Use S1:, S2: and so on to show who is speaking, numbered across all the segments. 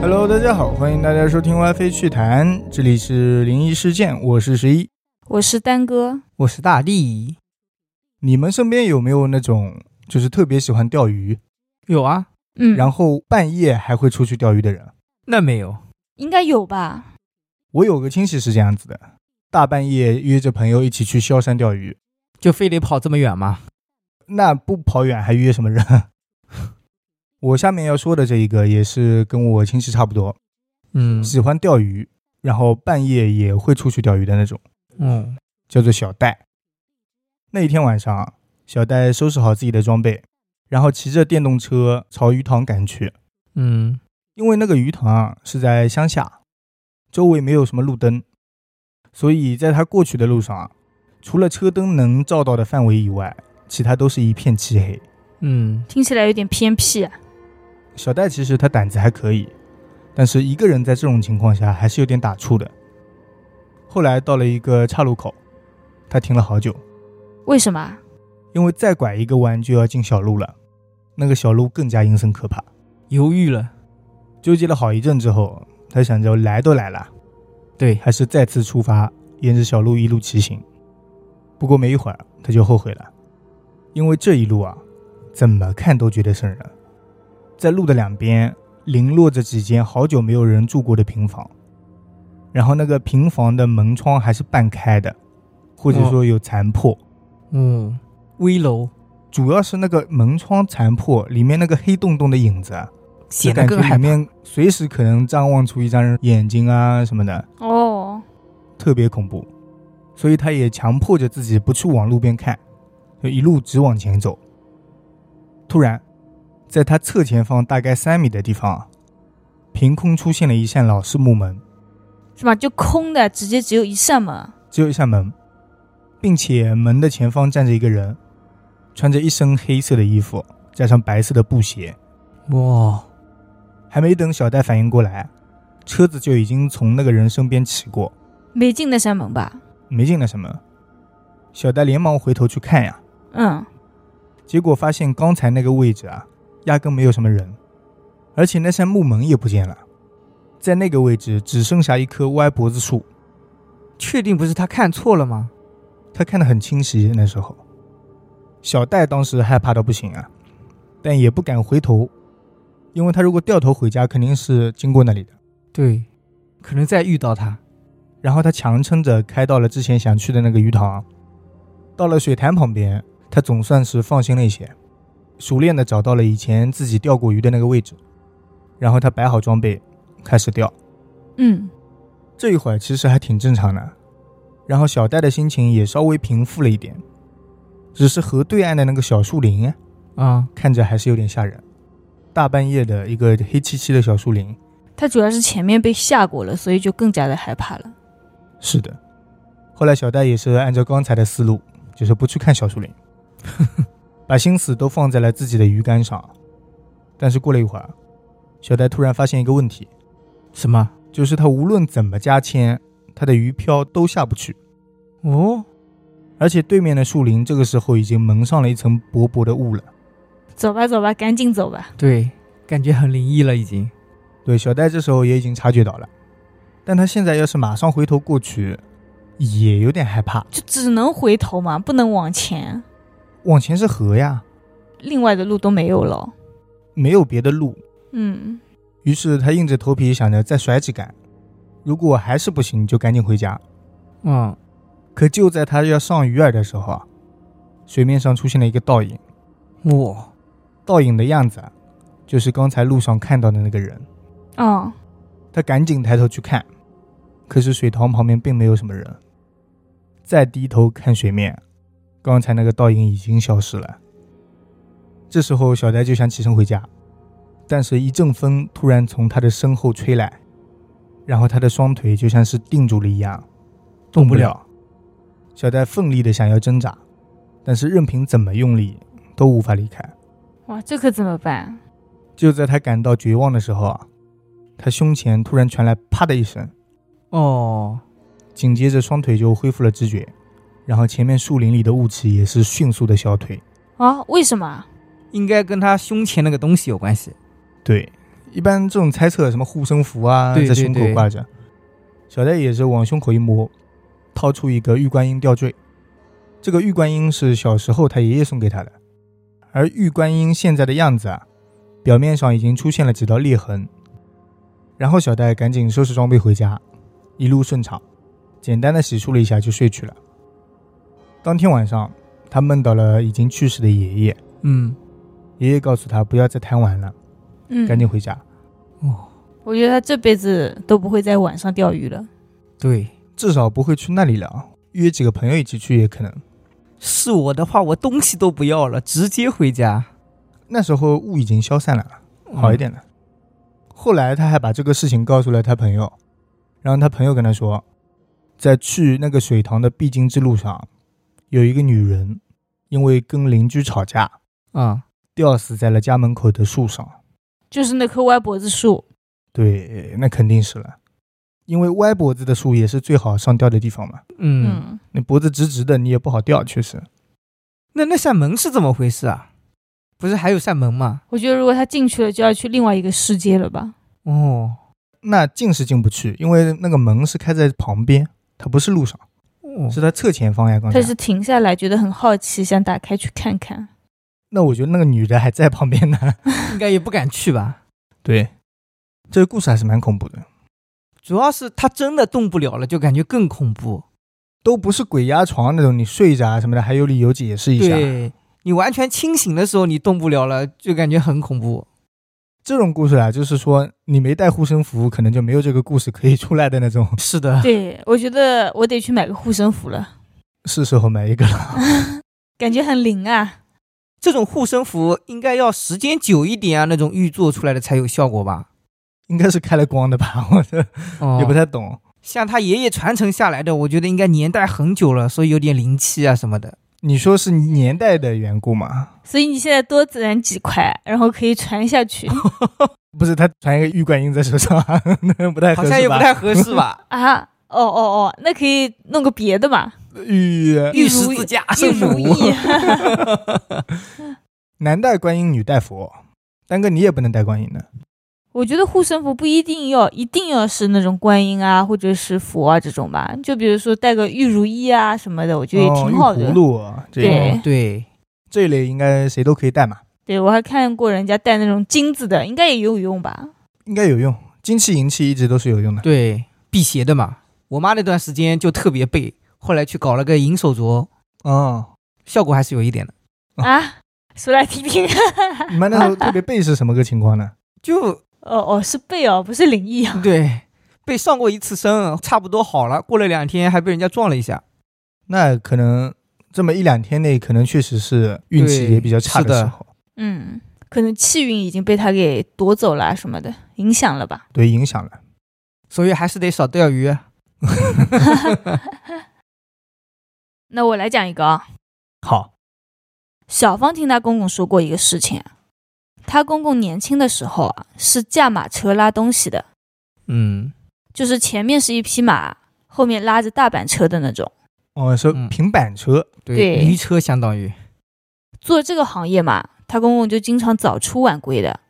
S1: Hello，大家好，欢迎大家收听 WiFi 趣谈，这里是灵异事件，我是十一，
S2: 我是丹哥，
S3: 我是大力。
S1: 你们身边有没有那种就是特别喜欢钓鱼，
S3: 有啊，
S2: 嗯，
S1: 然后半夜还会出去钓鱼的人？
S3: 那没有，
S2: 应该有吧？
S1: 我有个亲戚是这样子的，大半夜约着朋友一起去萧山钓鱼，
S3: 就非得跑这么远吗？
S1: 那不跑远还约什么人？ 我下面要说的这一个也是跟我亲戚差不多，
S3: 嗯
S1: 喜欢钓鱼，然后半夜也会出去钓鱼的那种。
S3: 嗯
S1: 叫做小戴。那一天晚上啊，小戴收拾好自己的装备，然后骑着电动车朝鱼塘赶去。
S3: 嗯
S1: 因为那个鱼塘啊是在乡下，周围没有什么路灯，所以在他过去的路上啊，除了车灯能照到的范围以外，其他都是一片漆黑。
S3: 嗯
S2: 听起来有点偏僻、啊。
S1: 小戴其实他胆子还可以，但是一个人在这种情况下还是有点打怵的。后来到了一个岔路口，他停了好久，
S2: 为什么？
S1: 因为再拐一个弯就要进小路了，那个小路更加阴森可怕。
S3: 犹豫了，
S1: 纠结了好一阵之后，他想着来都来了，
S3: 对，
S1: 还是再次出发，沿着小路一路骑行。不过没一会儿，他就后悔了，因为这一路啊，怎么看都觉得瘆人。在路的两边零落着几间好久没有人住过的平房，然后那个平房的门窗还是半开的，或者说有残破。
S3: 嗯，危楼
S1: 主要是那个门窗残破，里面那个黑洞洞的影子啊，就
S3: 显得
S1: 感
S3: 更
S1: 觉
S3: 害
S1: 里
S3: 怕。
S1: 面随时可能张望出一张人眼睛啊什么的，
S2: 哦，
S1: 特别恐怖。所以他也强迫着自己不去往路边看，就一路直往前走。突然，在他侧前方大概三米的地方啊，凭空出现了一扇老式木门，
S2: 是吧？就空的，直接只有一扇门。
S1: 只有一扇门，并且门的前方站着一个人，穿着一身黑色的衣服，加上白色的布鞋，
S3: 哇，
S1: 还没等小戴反应过来，车子就已经从那个人身边骑过，
S2: 没进那扇门吧？
S1: 没进了什么。小戴连忙回头去看呀，
S2: 嗯，
S1: 结果发现刚才那个位置啊，压根没有什么人，而且那扇木门也不见了，在那个位置只剩下一棵歪脖子树，
S3: 确定不是他看错了吗？
S1: 他看得很清晰。那时候，小戴当时害怕到不行啊，但也不敢回头，因为他如果掉头回家，肯定是经过那里的。
S3: 对，可能再遇到他。
S1: 然后他强撑着开到了之前想去的那个鱼塘，到了水潭旁边，他总算是放心了一些，熟练的找到了以前自己钓过鱼的那个位置，然后他摆好装备，开始钓。
S2: 嗯，
S1: 这一会儿其实还挺正常的，然后小戴的心情也稍微平复了一点，只是河对岸的那个小树林啊
S3: 啊，
S1: 看着还是有点吓人，大半夜的一个黑漆漆的小树林，
S2: 他主要是前面被吓过了，所以就更加的害怕了。
S1: 是的，后来小戴也是按照刚才的思路，就是不去看小树林， 把心思都放在了自己的鱼竿上。但是过了一会儿，小戴突然发现一个问题，
S3: 什么？
S1: 就是他无论怎么加铅，他的鱼漂都下不去，
S3: 哦，
S1: 而且对面的树林这个时候已经蒙上了一层薄薄的雾了。
S2: 走吧，走吧，赶紧走吧。
S3: 对，感觉很灵异了已经。
S1: 对，小戴这时候也已经察觉到了，但他现在要是马上回头过去，也有点害怕。
S2: 就只能回头嘛，不能往前，
S1: 往前是河呀，
S2: 另外的路都没有了。
S1: 没有别的路，
S2: 嗯，
S1: 于是他硬着头皮想着再甩几杆，如果还是不行，就赶紧回家。
S3: 嗯，
S1: 可就在他要上鱼饵的时候啊，水面上出现了一个倒影，
S3: 哇，
S1: 倒影的样子啊，就是刚才路上看到的那个人。
S2: 哦，
S1: 他赶紧抬头去看，可是水塘旁边并没有什么人。再低头看水面，刚才那个倒影已经消失了。这时候，小呆就想起身回家，但是一阵风突然从他的身后吹来，然后他的双腿就像是定住了一样，动不了。小呆奋力的想要挣扎，但是任凭怎么用力都无法离开。
S2: 哇，这可怎么办？
S1: 就在他感到绝望的时候啊，他胸前突然传来啪的一声。
S3: 哦，
S1: 紧接着双腿就恢复了知觉，然后前面树林里的雾气也是迅速的消退。
S2: 啊，为什么？
S3: 应该跟他胸前那个东西有关系。
S1: 对，一般这种猜测，什么护身符啊，
S3: 对
S1: 在
S3: 对
S1: 胸口
S3: 对
S1: 挂着。小戴也是往胸口一摸，掏出一个玉观音吊坠。这个玉观音是小时候他爷爷送给他的，而玉观音现在的样子啊，表面上已经出现了几道裂痕。然后小戴赶紧收拾装备回家，一路顺畅，简单的洗漱了一下就睡去了。当天晚上，他梦到了已经去世的爷爷，
S3: 嗯，
S1: 爷爷告诉他不要再贪玩了，
S2: 嗯，
S1: 赶紧回家。
S3: 哦，
S2: 我觉得他这辈子都不会在晚上钓鱼了。
S3: 对，
S1: 至少不会去那里了啊。约几个朋友一起去也可能。
S3: 是我的话，我东西都不要了，直接回家，
S1: 那时候雾已经消散了，好一点了。后来他还把这个事情告诉了他朋友，然后他朋友跟他说，在去那个水塘的必经之路上，有一个女人因为跟邻居吵架，
S3: 啊、
S1: 吊死在了家门口的树上。
S2: 就是那棵歪脖子树，
S1: 对，那肯定是了，因为歪脖子的树也是最好上吊的地方嘛。
S3: 嗯。
S2: 嗯，
S1: 你脖子直直的，你也不好吊，确实。
S3: 那那扇门是怎么回事啊？不是还有扇门吗？
S2: 我觉得如果他进去了，就要去另外一个世界了吧？
S3: 哦
S1: 那进是进不去，因为那个门是开在旁边，它不是路上，
S3: 哦，
S1: 是它侧前方呀。刚才
S2: 他是停下来，觉得很好奇，想打开去看 看。
S1: 那我觉得那个女的还在旁边呢。
S3: 应该也不敢去吧？
S1: 对，这个故事还是蛮恐怖的，
S3: 主要是他真的动不了了，就感觉更恐怖。
S1: 都不是鬼压床那种，你睡着啊什么的还有理由解释一下。
S3: 对你完全清醒的时候，你动不了了，就感觉很恐怖。
S1: 这种故事啊，就是说你没带护身符，可能就没有这个故事可以出来的那 种。
S3: 是的，
S2: 对，我觉得我得去买个护身 符了，
S1: 是时候买一个了。
S2: 感觉很灵啊。
S3: 这种护身符应该要时间久一点啊，那种玉做出来的才有效果吧？
S1: 应该是开了光的吧，我这
S3: 哦
S1: 也不太懂。
S3: 像他爷爷传承下来的，我觉得应该年代很久了，所以有点灵气啊什么的。
S1: 你说是年代的缘故吗？
S2: 所以你现在多攒几块，然后可以传 下去
S1: 不是，他传一个玉观音在手上， 那不太合
S3: 好
S1: 适吧？
S3: 像也不太合适吧？
S2: 啊。哦哦哦，那可以弄个别的嘛，
S1: 玉
S3: 玉
S2: 玉
S3: 石
S2: 如
S3: 自
S2: 意
S3: 家
S1: 啊
S2: 玉
S3: 圣
S2: 如
S3: 母，
S2: 意。
S1: 男戴观音，女戴佛。丹哥，你也不能戴观音的。
S2: 我觉得护身符不一定要一定要是那种观音啊，或者是佛啊这种吧。就比如说带个玉如意啊什么的，我觉得也挺好
S1: 哦、玉
S2: 的。
S1: 葫芦啊这
S2: 对
S1: 种
S3: 哦对，
S1: 这一类应该谁都可以戴嘛，
S2: 对我还看过人家带那种金子的，应该也有用吧？
S1: 应该有用。金器银器一直都是有用的。
S3: 对，辟邪的嘛。我妈那段时间就特别背，后来去搞了个银手镯，
S1: 哦，
S3: 效果还是有一点的。
S1: 哦
S2: 啊，说来听听。
S1: 你们那时候特别背是什么个情况呢？
S3: 就
S2: 哦哦，是背哦，不是灵异啊。
S3: 对，被上过一次身，差不多好了。过了两天还被人家撞了一下。
S1: 那可能这么一两天内，可能确实是运气也比较差
S3: 对是
S1: 时
S3: 的
S1: 候，
S2: 嗯，可能气运已经被他给夺走了啊什么的，影响了吧？
S1: 对影响了。
S3: 所以还是得少钓鱼。啊
S2: 那我来讲一个啊，
S1: 好，
S2: 小芳听她公公说过一个事情啊，她公公年轻的时候啊是驾马车拉东西的，
S3: 嗯，
S2: 就是前面是一匹马，后面拉着大板车的那种。
S1: 哦，是
S3: 嗯
S1: 平板车，
S3: 对，
S2: 对
S3: 驴车相当于
S2: 做这个行业嘛，她公公就经常早出晚归的。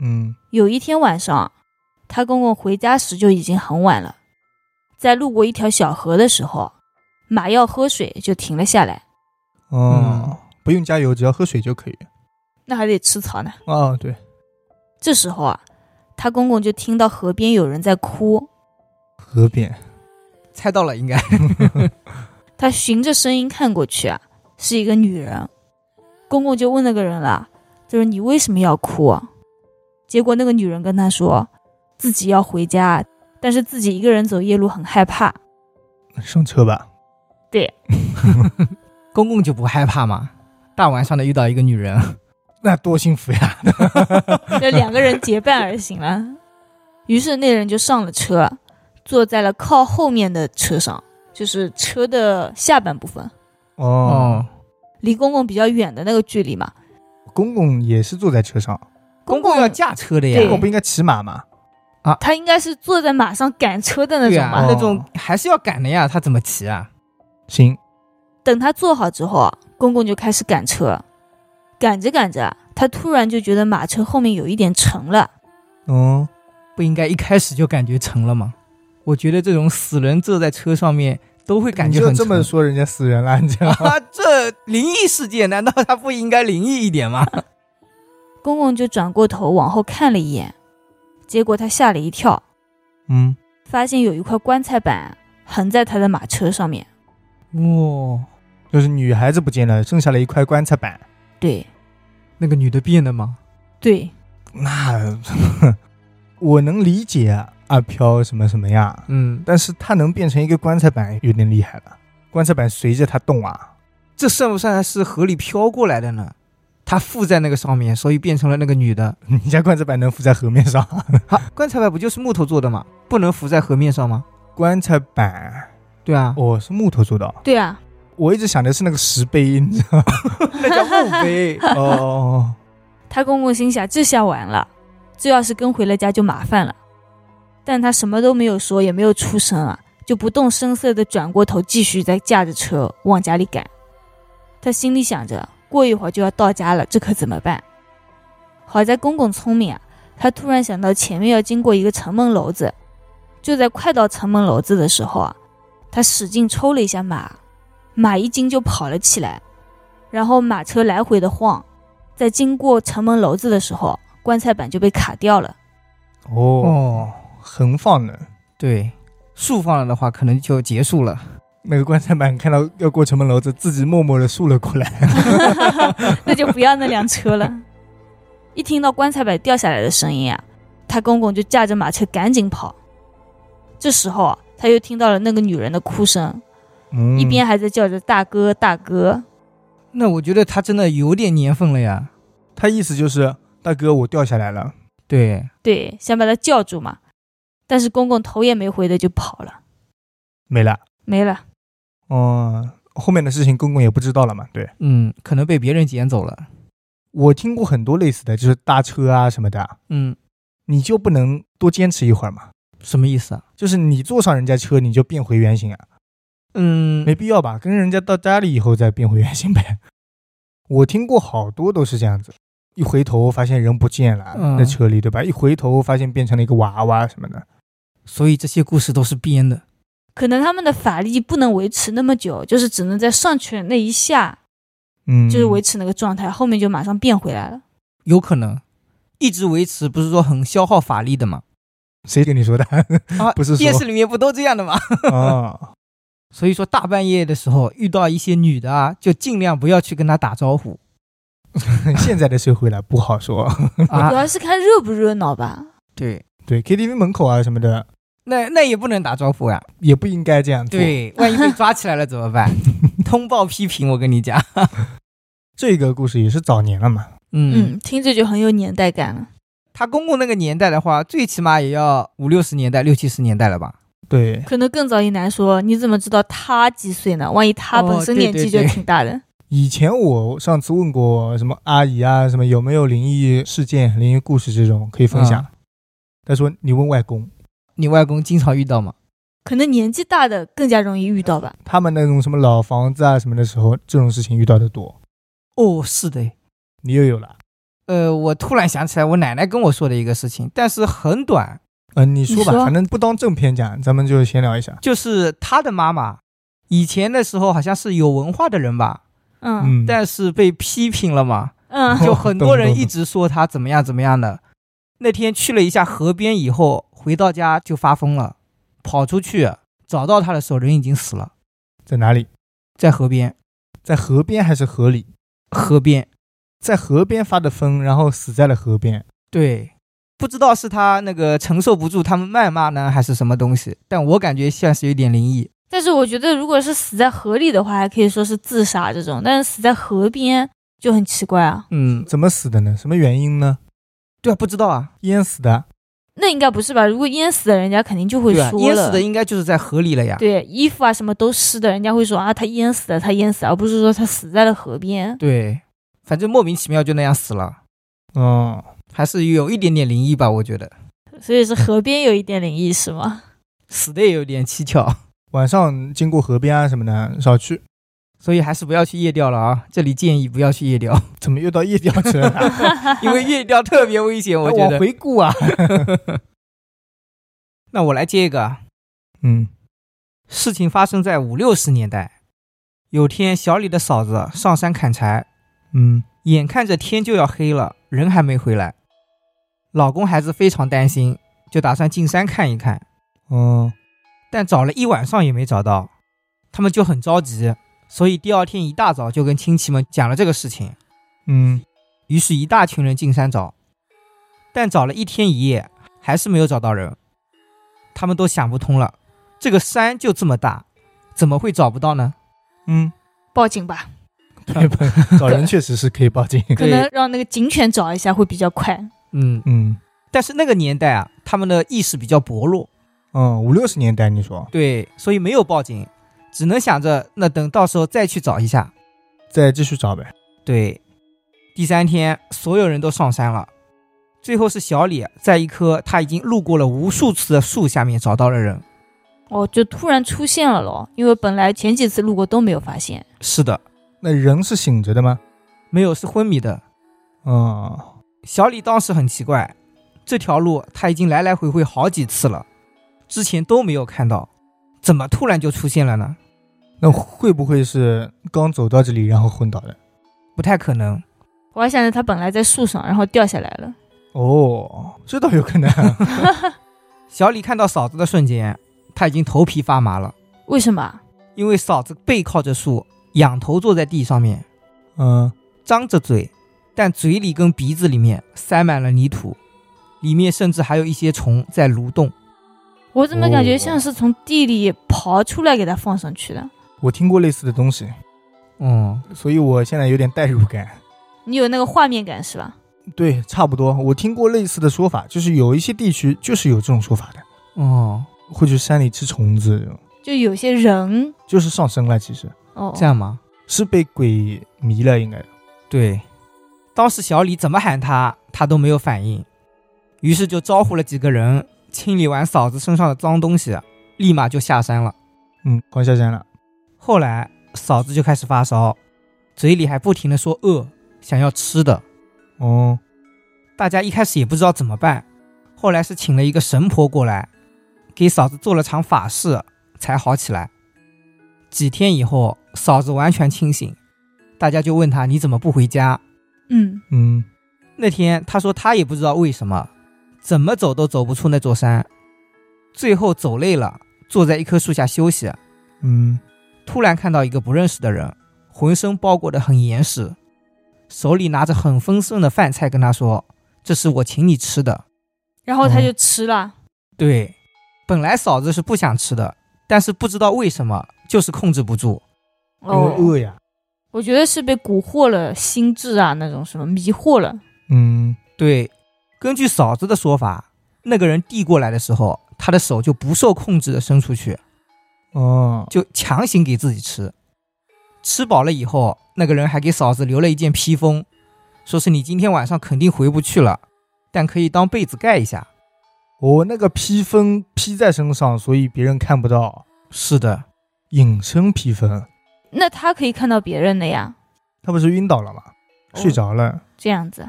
S1: 嗯，
S2: 有一天晚上，她公公回家时就已经很晚了，在路过一条小河的时候，马要喝水就停了下来。
S3: 嗯
S2: 嗯
S1: 哦，不用加油，只要喝水就可以。
S2: 那还得吃草呢。
S1: 哦，对，
S2: 这时候啊，她公公就听到河边有人在哭，
S1: 河边，
S3: 猜到了，应该
S2: 他循着声音看过去啊，是一个女人。公公就问那个人了，就是你为什么要哭、啊？结果那个女人跟他说，自己要回家，但是自己一个人走夜路很害怕。
S1: 上车吧。
S3: 公公就不害怕嘛。大晚上的遇到一个女人，
S1: 那多幸福呀！
S2: 那两个人结伴而行了。于是那人就上了车，坐在了靠后面的车上，就是车的下半部分，
S1: 哦，
S2: 离公公比较远的那个距离嘛。
S1: 公公也是坐在车上，
S3: 公
S2: 公
S3: 公要驾车的呀。
S1: 公
S2: 对
S1: 公不应该骑马吗？
S2: 他应该是坐在马上赶车的那种
S3: 对呀、
S2: 吧。
S1: 哦
S3: 那种还是要赶的呀，他怎么骑啊？
S1: 行，
S2: 等他坐好之后啊，公公就开始赶车，赶着赶着啊，他突然就觉得马车后面有一点沉了，
S1: 嗯，
S3: 不应该一开始就感觉沉了吗？我觉得这种死人坐在车上面都会感觉
S1: 你就
S3: 很
S1: 这
S3: 沉。
S1: 么说人家死人了，你这样
S3: 啊，这灵异事件难道它不应该灵异一点吗？
S2: 公公就转过头往后看了一眼，结果他吓了一跳，
S1: 嗯，
S2: 发现有一块棺材板横在他的马车上面。
S3: 哇、
S1: 就是女孩子不见了，剩下了一块棺材板，
S2: 对
S3: 那个女的变了吗？
S2: 对，
S1: 那 我能理解阿飘什么什么呀，
S3: 嗯，
S1: 但是它能变成一个棺材板，有点厉害了。棺材板随着它动啊，
S3: 这算不算是河里飘过来的呢？它附在那个上面，所以变成了那个女 的。
S1: 你家棺材板能浮在河面上？
S3: 好，棺材板不就是木头做的吗？不能浮在河面上吗？
S1: 棺材板
S3: 对啊，
S1: 哦，是木头做的哦，
S2: 对啊，
S1: 我一直想的是那个石碑，你知道吗？
S3: 那叫墓碑。
S1: 哦哦哦，
S2: 他公公心想：这下完了，这要是跟回了家就麻烦了。但他什么都没有说，也没有出声啊，就不动声色地转过头，继续在驾着车往家里赶。他心里想着，过一会儿就要到家了，这可怎么办？好在公公聪明啊，他突然想到前面要经过一个城门楼子，就在快到城门楼子的时候啊，他使劲抽了一下马，马一惊就跑了起来，然后马车来回的晃，在经过城门楼子的时候，棺材板就被卡掉了。
S1: 哦哦，
S3: 哦，
S1: 横放的
S3: 对，竖放了的话，可能就结束了。
S1: 那个棺材板，看到要过城门楼子，自己默默的竖了过来。
S2: 那就不要那辆车了。一听到棺材板掉下来的声音啊，他公公就驾着马车赶紧跑。这时候啊，他又听到了那个女人的哭声，
S1: 嗯
S2: 一边还在叫着“大哥，大哥
S3: 那我觉得他真的有点年份了呀。
S1: 他意思就是大哥，我掉下来了。
S3: 对，”，
S2: 对，想把他叫住嘛。但是公公头也没回的就跑了，
S1: 没了。
S2: 没了。
S1: 哦、后面的事情公公也不知道了嘛。对
S3: 嗯，可能被别人捡走了。
S1: 我听过很多类似的，就是搭车啊什么的，
S3: 嗯，
S1: 你就不能多坚持一会儿嘛？
S3: 什么意思啊？
S1: 就是你坐上人家车，你就变回原形啊，
S3: 嗯，
S1: 没必要吧？跟人家到家里以后再变回原形呗。 我听过好多都是这样子，一回头发现人不见了，
S3: 嗯
S1: 在车里对吧？一回头发现变成了一个娃娃什么的。
S3: 所以这些故事都是编的。
S2: 可能他们的法力不能维持那么久，就是只能在上去的那一下，
S1: 嗯，
S2: 就是维持那个状态，后面就马上变回来了。
S3: 有可能一直维持，不是说很消耗法力的吗？
S1: 谁跟你说的？
S3: 啊，
S1: 不是说
S3: 电视里面不都这样的吗？
S1: 哦，
S3: 所以说大半夜的时候遇到一些女的啊，就尽量不要去跟她打招呼
S1: 现在的社会了，不好说。
S2: 主
S3: 啊。
S2: 要是看热不热闹吧。
S3: 对，
S1: 对 KTV 门口啊什么的，
S3: 那那也不能打招呼呀、啊
S1: 也不应该这样做。
S3: 对，万一被抓起来了怎么办？通报批评，我跟你讲。
S1: 这个故事也是早年了嘛，
S3: 嗯，
S2: 嗯，听着就很有年代感了。
S3: 他公公那个年代的话，最起码也要五六十年代、六七十年代了吧？
S1: 对，
S2: 可能更早一难说，你怎么知道他几岁呢？万一他本身
S3: 哦对
S2: 年
S3: 对
S2: 纪就
S3: 对
S2: 挺大的，
S1: 以前我上次问过什么阿姨啊，什么有没有灵异事件、灵异故事这种可以分
S2: 啊
S1: 享？她说你问外公，
S3: 嗯你外公经常遇到吗？
S2: 可能年纪大的更加容易遇到吧。
S1: 他们那种什么老房子啊什么的时候，这种事情遇到的多。
S3: 哦，是的。
S1: 你又有了，
S3: 呃，我突然想起来我奶奶跟我说的一个事情，但是很短，
S1: 嗯、你说吧，
S2: 你说
S1: 反正不当正片讲，咱们就闲聊一下。
S3: 就是她的妈妈，以前的时候好像是有文化的人吧，
S2: 嗯
S1: 嗯，
S3: 但是被批评了嘛，
S2: 嗯
S1: 哦
S3: 就很多人一
S1: 懂
S3: 直说她怎么样怎么样的。那天去了一下河边以后，回到家就发疯了，跑出去找到她的时候，人已经死了，
S1: 在哪里？
S3: 在河边，
S1: 在河边还是河里？
S3: 河边。
S1: 在河边发的疯，然后死在了河边。
S3: 对，不知道是他那个承受不住他们谩骂呢，还是什么东西，但我感觉像是有点灵异。
S2: 但是我觉得，如果是死在河里的话，还可以说是自杀这种，但是死在河边就很奇怪啊。
S3: 嗯，
S1: 怎么死的呢？什么原因呢？
S3: 对啊，不知道啊，
S1: 淹死的。
S2: 那应该不是吧？如果淹死的，人家肯定就会
S3: 对啊，
S2: 说
S3: 淹死
S2: 了。
S3: 的应该就是在河里了呀。
S2: 对，衣服啊什么都湿的，人家会说啊，他淹死了，他淹死了，而不是说他死在了河边。
S3: 对反正莫名其妙就那样死了，
S1: 嗯，
S3: 还是有一点点灵异吧，我觉得
S2: 所以是河边有一点灵异是吗？
S3: 死的也有点蹊跷。
S1: 晚上经过河边啊什么的，少去。
S3: 所以还是不要去夜钓了啊！这里建议不要去夜 钓，
S1: 怎么又到夜钓 去了？
S3: 因为夜钓特别危险，我觉
S1: 往
S3: 得。
S1: 回顾啊，
S3: 那我来接一个啊，
S1: 嗯
S3: 事情发生在五六十年代，有天小李的嫂子上山砍柴，
S1: 嗯
S3: 眼看着天就要黑了，人还没回来，老公孩子非常担心，就打算进山看一看，
S1: 哦，
S3: 但找了一晚上也没找到，他们就很着急，所以第二天一大早就跟亲戚们讲了这个事情。
S1: 嗯
S3: 于是，一大群人进山找，但找了一天一夜，还是没有找到人。他们都想不通了，这个山就这么大，怎么会找不到呢？
S1: 嗯，
S2: 报警吧，
S1: 对吧？找人确实是可以报警。
S2: 可能让那个警犬找一下会比较快。
S3: 嗯，
S1: 嗯
S3: 但是那个年代啊，他们的意识比较薄弱，
S1: 嗯，五六十年代你说，
S3: 对，所以没有报警，只能想着那等到时候再去找一下。
S1: 再继续找呗。
S3: 对，第三天所有人都上山了，最后是小李在一棵他已经路过了无数次的树下面找到了人。
S2: 哦，就突然出现了咯，因为本来前几次路过都没有发现。
S3: 是的，
S1: 那人是醒着的吗？
S3: 没有是昏迷的，
S1: 哦，
S3: 小李当时很奇怪，这条路他已经来来回回好几次了，之前都没有看到，怎么突然就出现了呢？
S1: 那会不会是刚走到这里然后昏倒的？
S3: 不太可能。
S2: 我还想着他本来在树上，然后掉下来了。
S1: 哦，这倒有可 能。
S3: 小李看到嫂子的瞬间，他已经头皮发麻了，
S2: 为什么？啊
S3: 因为嫂子背靠着树，仰头坐在地上面，
S1: 嗯，
S3: 张着嘴，但嘴里跟鼻子里面塞满了泥土，里面甚至还有一些虫在蠕动。
S2: 我怎么感觉
S1: 哦
S2: 像是从地里刨出来给他放上去的？
S1: 我听过类似的东西，
S3: 嗯，
S1: 所以我现在有点代入感。
S2: 你有那个画面感是吧？
S1: 对，差不多。我听过类似的说法，就是有一些地区就是有这种说法的，
S3: 哦，
S1: 会去山里吃虫子，
S2: 就有些人
S1: 就是上升了。其实
S2: 哦，
S3: 这样吗？
S1: 是被鬼迷了，应该。
S3: 对，当时小李怎么喊他，他都没有反应，于是就招呼了几个人，清理完嫂子身上的脏东西，立马就下山了。
S1: 嗯，好下山了。
S3: 后来嫂子就开始发烧，嘴里还不停的说饿，想要吃的。
S1: 哦，
S3: 大家一开始也不知道怎么办，后来是请了一个神婆过来，给嫂子做了场法事，才好起来。几天以后，嫂子完全清醒，大家就问她你怎么不回家？
S2: 嗯，
S1: 嗯，
S3: 那天他说他也不知道为什么，怎么走都走不出那座山，最后走累了，坐在一棵树下休息。
S1: 嗯，
S3: 突然看到一个不认识的人，浑身包裹得很严实，手里拿着很丰盛的饭菜，跟他说：“这是我请你吃的。
S2: 然后他就吃了。”
S3: 对，本来嫂子是不想吃的，但是不知道为什么就是控制不住。
S1: 因为
S2: 哦，
S1: 饿呀。
S2: 我觉得是被蛊惑了心智啊，那种什么迷惑了。
S1: 嗯，
S3: 对，根据嫂子的说法，那个人递过来的时候，他的手就不受控制的伸出去，
S1: 哦，
S3: 就强行给自己吃。吃饱了以后，那个人还给嫂子留了一件披风，说是你今天晚上肯定回不去了，但可以当被子盖一下。
S1: 我、那个披风披在身上，所以别人看不到，
S3: 是的，
S1: 隐身披风。
S2: 那他可以看到别人的呀，
S1: 他不是晕倒了吗？
S3: 哦
S1: 睡着了。
S2: 这样子。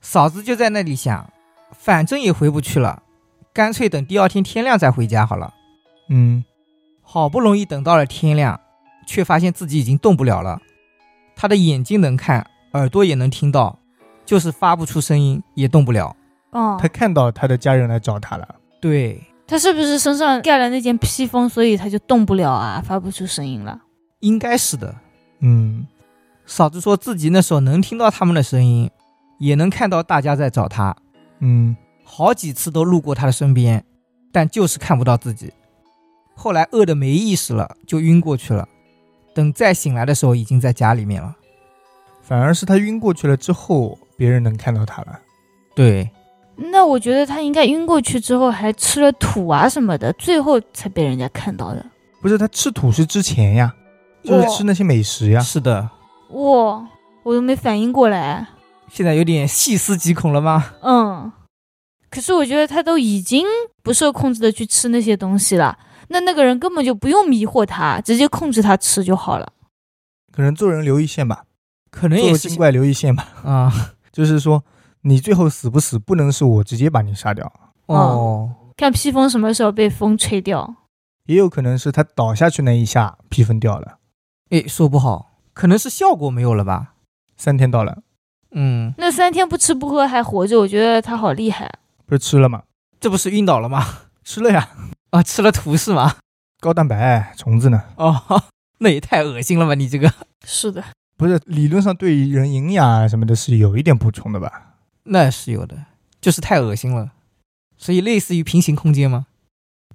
S3: 嫂子就在那里想，反正也回不去了，干脆等第二天天亮再回家好了。
S1: 嗯
S3: 好不容易等到了天亮，却发现自己已经动不了了。他的眼睛能看，耳朵也能听到，就是发不出声音，也动不了。
S2: 哦，
S1: 他看到他的家人来找他了。
S3: 对，
S2: 他是不是身上盖了那件披风，所以他就动不了啊，发不出声音了？
S3: 应该是的。
S1: 嗯，
S3: 嫂子说自己那时候能听到他们的声音，也能看到大家在找他，
S1: 嗯，
S3: 好几次都路过他的身边，但就是看不到自己。后来饿得没意识了，就晕过去了。等再醒来的时候，已经在家里面了。
S1: 反而是他晕过去了之后，别人能看到他了。
S3: 对，
S2: 那我觉得他应该晕过去之后还吃了土啊什么的，最后才被人家看到的。
S1: 不是他吃土是之前呀，就是吃那些美食呀。
S3: 是的。
S2: 哇，我都没反应过来。
S3: 现在有点细思极恐了吗？
S2: 嗯，可是我觉得他都已经不受控制的去吃那些东西了，那那个人根本就不用迷惑他，直接控制他吃就好了。
S1: 可能做人留一线吧，
S3: 可能
S1: 做
S3: 也
S1: 个
S3: 是
S1: 精怪留一线吧。
S3: 啊，
S1: 就是说，你最后死不死，不能是我直接把你杀掉，
S3: 哦，
S2: 看披风什么时候被风吹掉。
S1: 也有可能是他倒下去那一下披风掉了。
S3: 诶，说不好，可能是效果没有了吧？
S1: 三天到了，
S3: 嗯，
S2: 那三天不吃不喝还活着，我觉得他好厉害。啊
S1: 不是吃了吗？
S3: 这不是晕倒了吗？
S1: 吃了呀，
S3: 啊，吃了图是吗？
S1: 高蛋白虫子呢？
S3: 哦，那也太恶心了吧！你这个，
S2: 是的，
S1: 不是，理论上对人营养啊什么的是有一点补充的吧？
S3: 那是有的，就是太恶心了。所以类似于平行空间吗？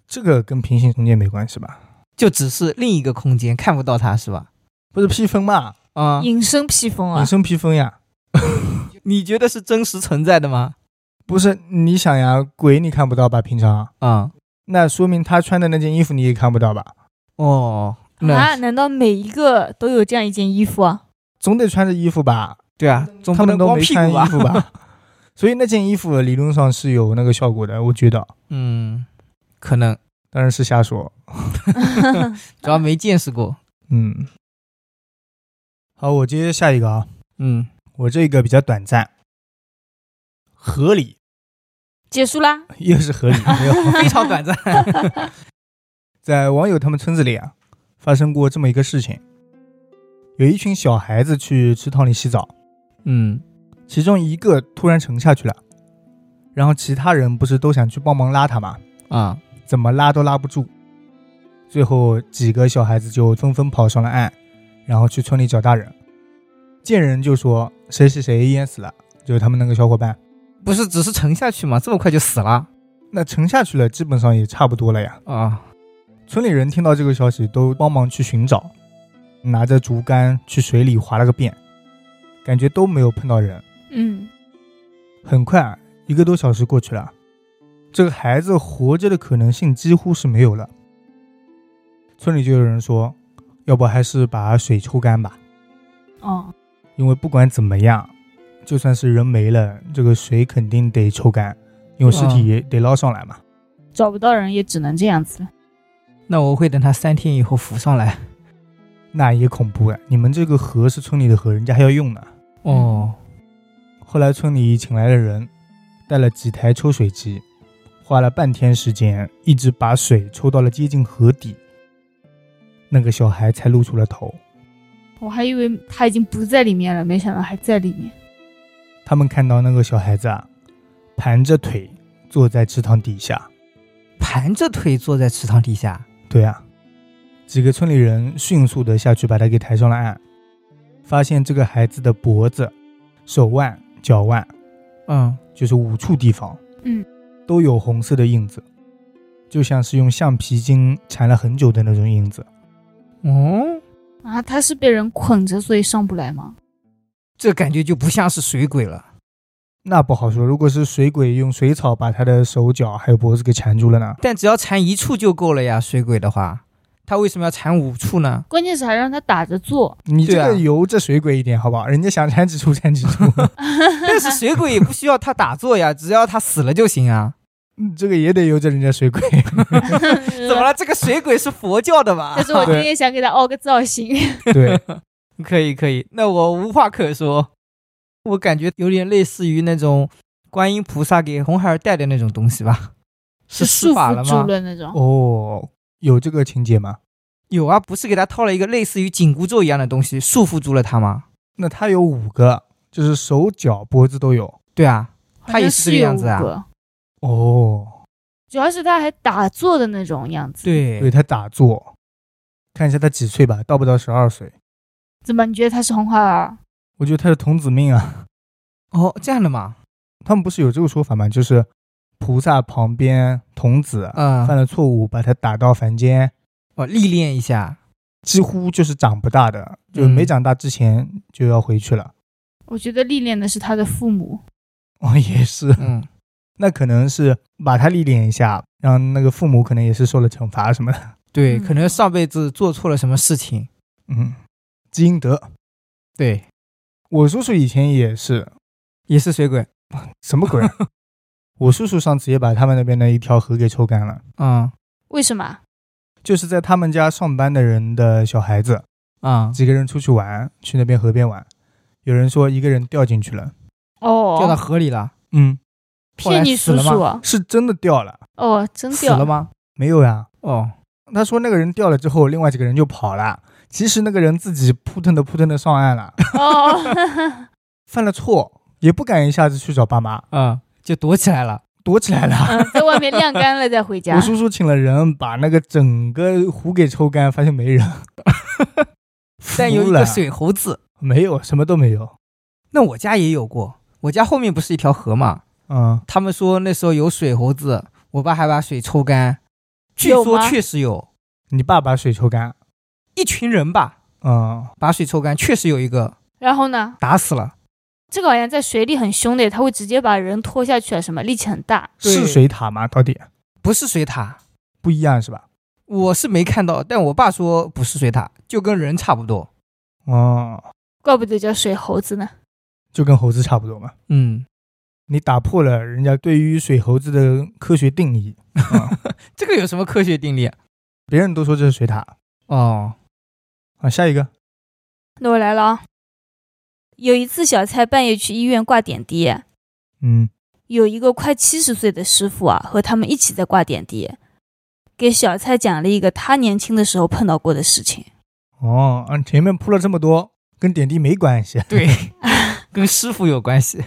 S1: 这个跟平行空间没关系吧？
S3: 就只是另一个空间，看不到它是吧？
S1: 不是披风嘛，
S3: 啊、
S2: 隐身披风啊
S1: 隐，身披风呀。
S3: 你觉得是真实存在的吗？
S1: 不是，你想呀，鬼你看不到吧？平常，
S3: 啊、
S1: 那说明他穿的那件衣服你也看不到吧？
S3: 哦，那
S2: 啊？难道每一个都有这样一件衣服啊？
S1: 总得穿着衣服吧？
S3: 对啊，总
S1: 他
S3: 不能
S1: 们都
S3: 光
S1: 没
S3: 屁
S1: 穿
S3: 股
S1: 衣服？吧？ 所以那件衣服理论上是有那个效果的，我觉得，
S3: 嗯，可能
S1: 当然是瞎说。
S3: 主要没见识过。
S1: 嗯，好，我接下一个啊，
S3: 嗯，
S1: 我这个比较短暂，合理
S2: 结束啦，
S1: 又是 合理，没有
S3: 非常短暂。
S1: 在网友他们村子里啊，发生过这么一个事情，有一群小孩子去池塘里洗澡，
S3: 嗯
S1: 其中一个突然沉下去了，然后其他人不是都想去帮忙拉他吗？
S3: 啊，
S1: 怎么拉都拉不住。最后几个小孩子就纷纷跑上了岸，然后去村里找大人。见人就说谁谁谁淹死了，就是他们那个小伙伴。
S3: 不是只是沉下去吗？这么快就死了
S1: 那沉下去了，基本上也差不多了呀。
S3: 啊？
S1: 村里人听到这个消息，都帮忙去寻找，拿着竹竿去水里划了个遍，感觉都没有碰到人。
S2: 嗯，
S1: 很快，啊一个多小时过去了，这个孩子活着的可能性几乎是没有了。村里就有人说，要不还是把水抽干吧，
S2: 哦，
S1: 因为不管怎么样，就算是人没了，这个水肯定得抽干，因为尸体也得捞上来嘛。
S2: 找不到人也只能这样子了。
S3: 那我会等他三天以后浮上来。
S1: 那也恐怖啊！你们这个河是村里的河，人家还要用呢。
S3: 哦，
S1: 后来村里请来了人，带了几台抽水机，花了半天时间，一直把水抽到了接近河底，那个小孩才露出了头。
S2: 我还以为他已经不在里面了，没想到还在里面。
S1: 他们看到那个小孩子啊，盘着腿坐在池塘底下。
S3: 盘着腿坐在池塘底下。
S1: 对啊，几个村里人迅速的下去把他给抬上了岸，发现这个孩子的脖子、手腕、脚腕
S3: 嗯，
S1: 就是五处地方，
S2: 嗯，
S1: 都有红色的印子，就像是用橡皮筋缠了很久的那种印子。
S3: 哦，
S2: 啊，他是被人捆着，所以上不来吗？
S3: 这感觉就不像是水鬼了。
S1: 那不好说，如果是水鬼用水草把他的手脚还有脖子给缠住了呢？
S3: 但只要缠一处就够了呀，水鬼的话，他为什么要缠五处 呢？
S2: 关键是还让他打着 坐，
S1: 你这
S3: 对啊
S1: 个由着水鬼一点好不好？人家想缠几处缠几处，
S3: 但是水鬼也不需要他打坐呀，只要他死了就行啊。
S1: 嗯这个也得由着人家水鬼。
S3: 怎么？了？这个水鬼是佛教的吧
S2: 嗯 但？是我今天想给他凹个造型，
S1: 对，
S3: 可以可以，那我无话可说。我感觉有点类似于那种观音菩萨给红孩儿带的那种东西吧？施
S2: 束
S3: 法了
S2: 缚
S3: 吗
S2: 住？了那种。
S1: 哦，有这个情节吗？
S3: 有啊，不是给他套了一个类似于紧箍咒一样的东西，束缚住了他吗？
S1: 那他有五个，就是手脚脖子都有。
S3: 对啊，
S2: 好
S3: 他也
S2: 像
S3: 是这
S2: 是
S3: 个
S2: 有
S3: 样子啊
S2: 五个
S1: 哦，
S2: 主要是他还打坐的那种样子。
S3: 对
S1: 对他打坐，看一下他几岁吧，到不到十二岁？
S2: 怎么？你觉得他是红孩儿？
S1: 我觉得他是童子命啊。
S3: 哦，这样的嘛，
S1: 他们不是有这个说法吗？就是菩萨旁边童子啊
S3: 嗯、
S1: 犯了错误，把他打到凡间，
S3: 哦，历练一下，
S1: 几乎就是长不大的，
S3: 嗯
S1: 就是没长大之前就要回去了。
S2: 我觉得历练的是他的父母。
S1: 哦，也是，
S3: 嗯，
S1: 那可能是把他历练一下，让那个父母可能也是受了惩罚什么的。
S3: 对，
S2: 嗯
S3: 可能上辈子做错了什么事情，
S1: 嗯，积阴德。
S3: 对，
S1: 我叔叔以前也是
S3: 也是水鬼，
S1: 什么鬼 啊？我叔叔上次也把他们那边的一条河给抽干了，
S3: 嗯
S2: 为什么？
S1: 就是在他们家上班的人的小孩子，
S3: 嗯、啊，
S1: 几个人出去玩，去那边河边玩，有人说一个人掉进去了，
S3: 掉到
S2: 哦，
S3: 河里了，
S1: 嗯，
S2: 骗你叔
S3: 后来死
S2: 叔
S3: 了
S2: 啊，
S1: 是真的掉了，
S2: 哦，真
S3: 死
S2: 掉
S3: 了吗？
S1: 没有呀？
S3: 哦，
S1: 他说那个人掉了之后，另外几个人就跑了，其实那个人自己扑腾的扑腾的上岸了，
S2: 哦，
S1: 犯了错也不敢一下子去找爸妈，
S3: 嗯，就躲起来了。
S1: 躲起来了。
S2: 嗯，在外面晾干了再回家
S1: 我。叔叔请了人把那个整个湖给抽干，发现没人，
S3: 但有 一
S1: 服
S3: 个
S1: 了
S3: 水猴子，
S1: 没有，什么都没有。
S3: 那我家也有过，我家后面不是一条河嘛？
S1: 嗯，
S3: 他们说那时候有水猴子，我爸还把水抽干，据
S2: 有
S3: 说
S2: 吗
S3: 确实有
S1: 你爸把水抽干，
S3: 一群人吧，
S1: 嗯，
S3: 把水抽干，确实有一个
S2: 然后呢，
S3: 打死了。
S2: 这个好像在水里很凶的，它会直接把人拖下去啊，什么力气很大。
S3: 对
S1: 是水塔吗？到底
S3: 不是水獭，
S1: 不一样是吧？
S3: 我是没看到，但我爸说不是水獭，就跟人差不多。
S1: 哦，
S2: 怪不得叫水猴子呢。
S1: 就跟猴子差不多嘛。
S3: 嗯，
S1: 你打破了人家对于水猴子的科学定义，
S3: 这个有什么科学定律？啊
S1: 别人都说这是水獭
S3: 哦，
S1: 啊。下一个，
S2: 那我来了啊。有一次，小蔡半夜去医院挂点滴，
S1: 嗯，
S2: 有一个快七十岁的师傅啊，和他们一起在挂点滴，给小蔡讲了一个他年轻的时候碰到过的事情。
S1: 哦，啊，前面铺了这么多，跟点滴没关系。
S3: 对，跟师傅有关系。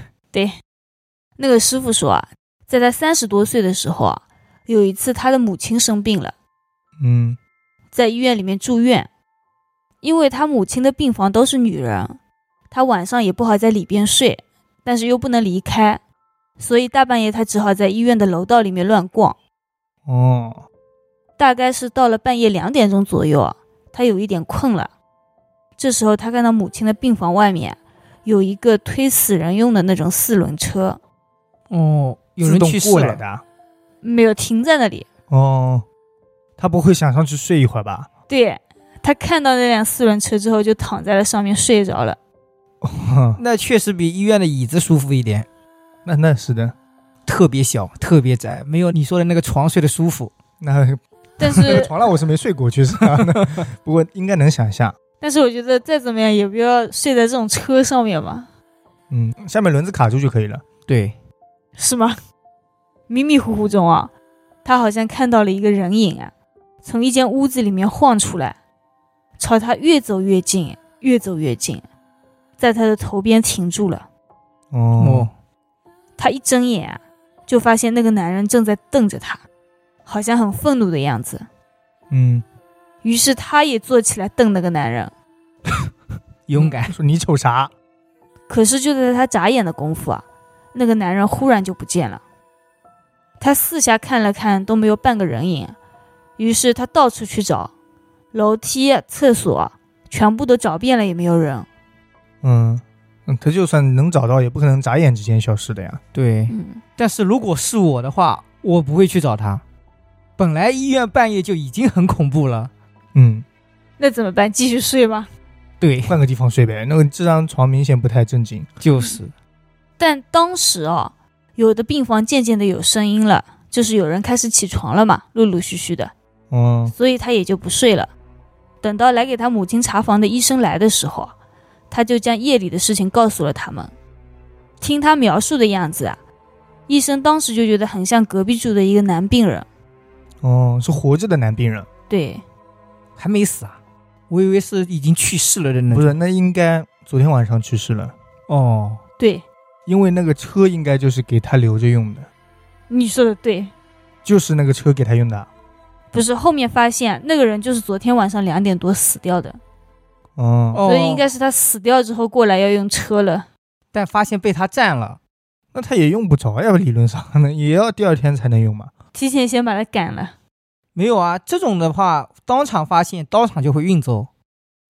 S2: 那个师傅说啊，在他三十多岁的时候啊，有一次他的母亲生病了，
S1: 嗯，
S2: 在医院里面住院，因为他母亲的病房都是女人，他晚上也不好在里边睡，但是又不能离开，所以大半夜他只好在医院的楼道里面乱逛。
S1: 哦，
S2: 大概是到了半夜两点钟左右啊，他有一点困了。这时候他看到母亲的病房外面有一个推死人用的那种四轮车，
S3: 哦，有
S1: 自
S3: 人
S1: 动
S3: 去世
S1: 过来
S3: 了。
S1: 的啊。
S2: 没有停在那里。
S1: 哦，他不会想上去睡一会儿吧？
S2: 对他看到那辆四轮车之后，就躺在了上面睡着了。
S1: 哼
S3: 那确实比医院的椅子舒服一点，
S1: 哦那那是的，
S3: 特别小，特别窄，没有你说的那个床睡得舒服。
S1: 那
S2: 但
S1: 那
S3: 呃
S1: 个
S2: 是，
S1: 床上我是没睡过去是 吧？ 不过应该能想象。
S2: 但是我觉得再怎么样也不要睡在这种车上面嘛，
S1: 嗯，下面轮子卡住就可以了。
S3: 对，
S2: 是吗？迷迷糊糊中啊，他好像看到了一个人影啊，从一间屋子里面晃出来，朝他越走越近，越走越近，在他的头边停住了。
S1: 哦，
S2: 他一睁眼啊，就发现那个男人正在瞪着他，好像很愤怒的样子。
S1: 嗯，
S2: 于是他也坐起来瞪那个男人。
S3: 勇敢。
S1: 说你瞅啥？
S2: 可是就在他眨眼的功夫啊，那个男人忽然就不见了。他四下看了看，都没有半个人影，于是他到处去找，楼梯、厕所全部都找遍了，也没有人。
S1: 嗯，嗯他就算能找到，也不可能眨眼之间消失的呀。
S3: 对，
S2: 嗯，
S3: 但是如果是我的话，我不会去找他。本来医院半夜就已经很恐怖了。
S1: 嗯，
S2: 那怎么办？继续睡吗？
S3: 对，
S1: 换个地方睡 呗。那个这张床明显不太正经。
S3: 就是
S2: 但当时哦，有的病房渐渐的有声音了，就是有人开始起床了嘛，陆陆续续的。
S1: 哦，
S2: 所以他也就不睡了。等到来给他母亲查房的医生来的时候啊，他就将夜里的事情告诉了他们。听他描述的样子啊，医生当时就觉得很像隔壁住的一个男病人。
S1: 哦，是活着的男病人，
S2: 对，
S3: 还没死啊，我以为是已经去世了的那
S1: 不
S3: 种。
S1: 是？那应该昨天晚上去世了，
S3: 哦，
S2: 对，
S1: 因为那个车应该就是给他留着用的，
S2: 你说的对，
S1: 就是那个车给他用的。啊
S2: 不是后面发现啊那个人就是昨天晚上两点多死掉的，
S1: 哦，
S3: 哦
S2: 所以应该是他死掉之后过来要用车了。
S3: 但发现被他占了。
S1: 那他也用不着呀，理论上 呢也要第二天才能用嘛。
S2: 提前先把他赶了，
S3: 没有啊，这种的话，当场发现，当场就会运走。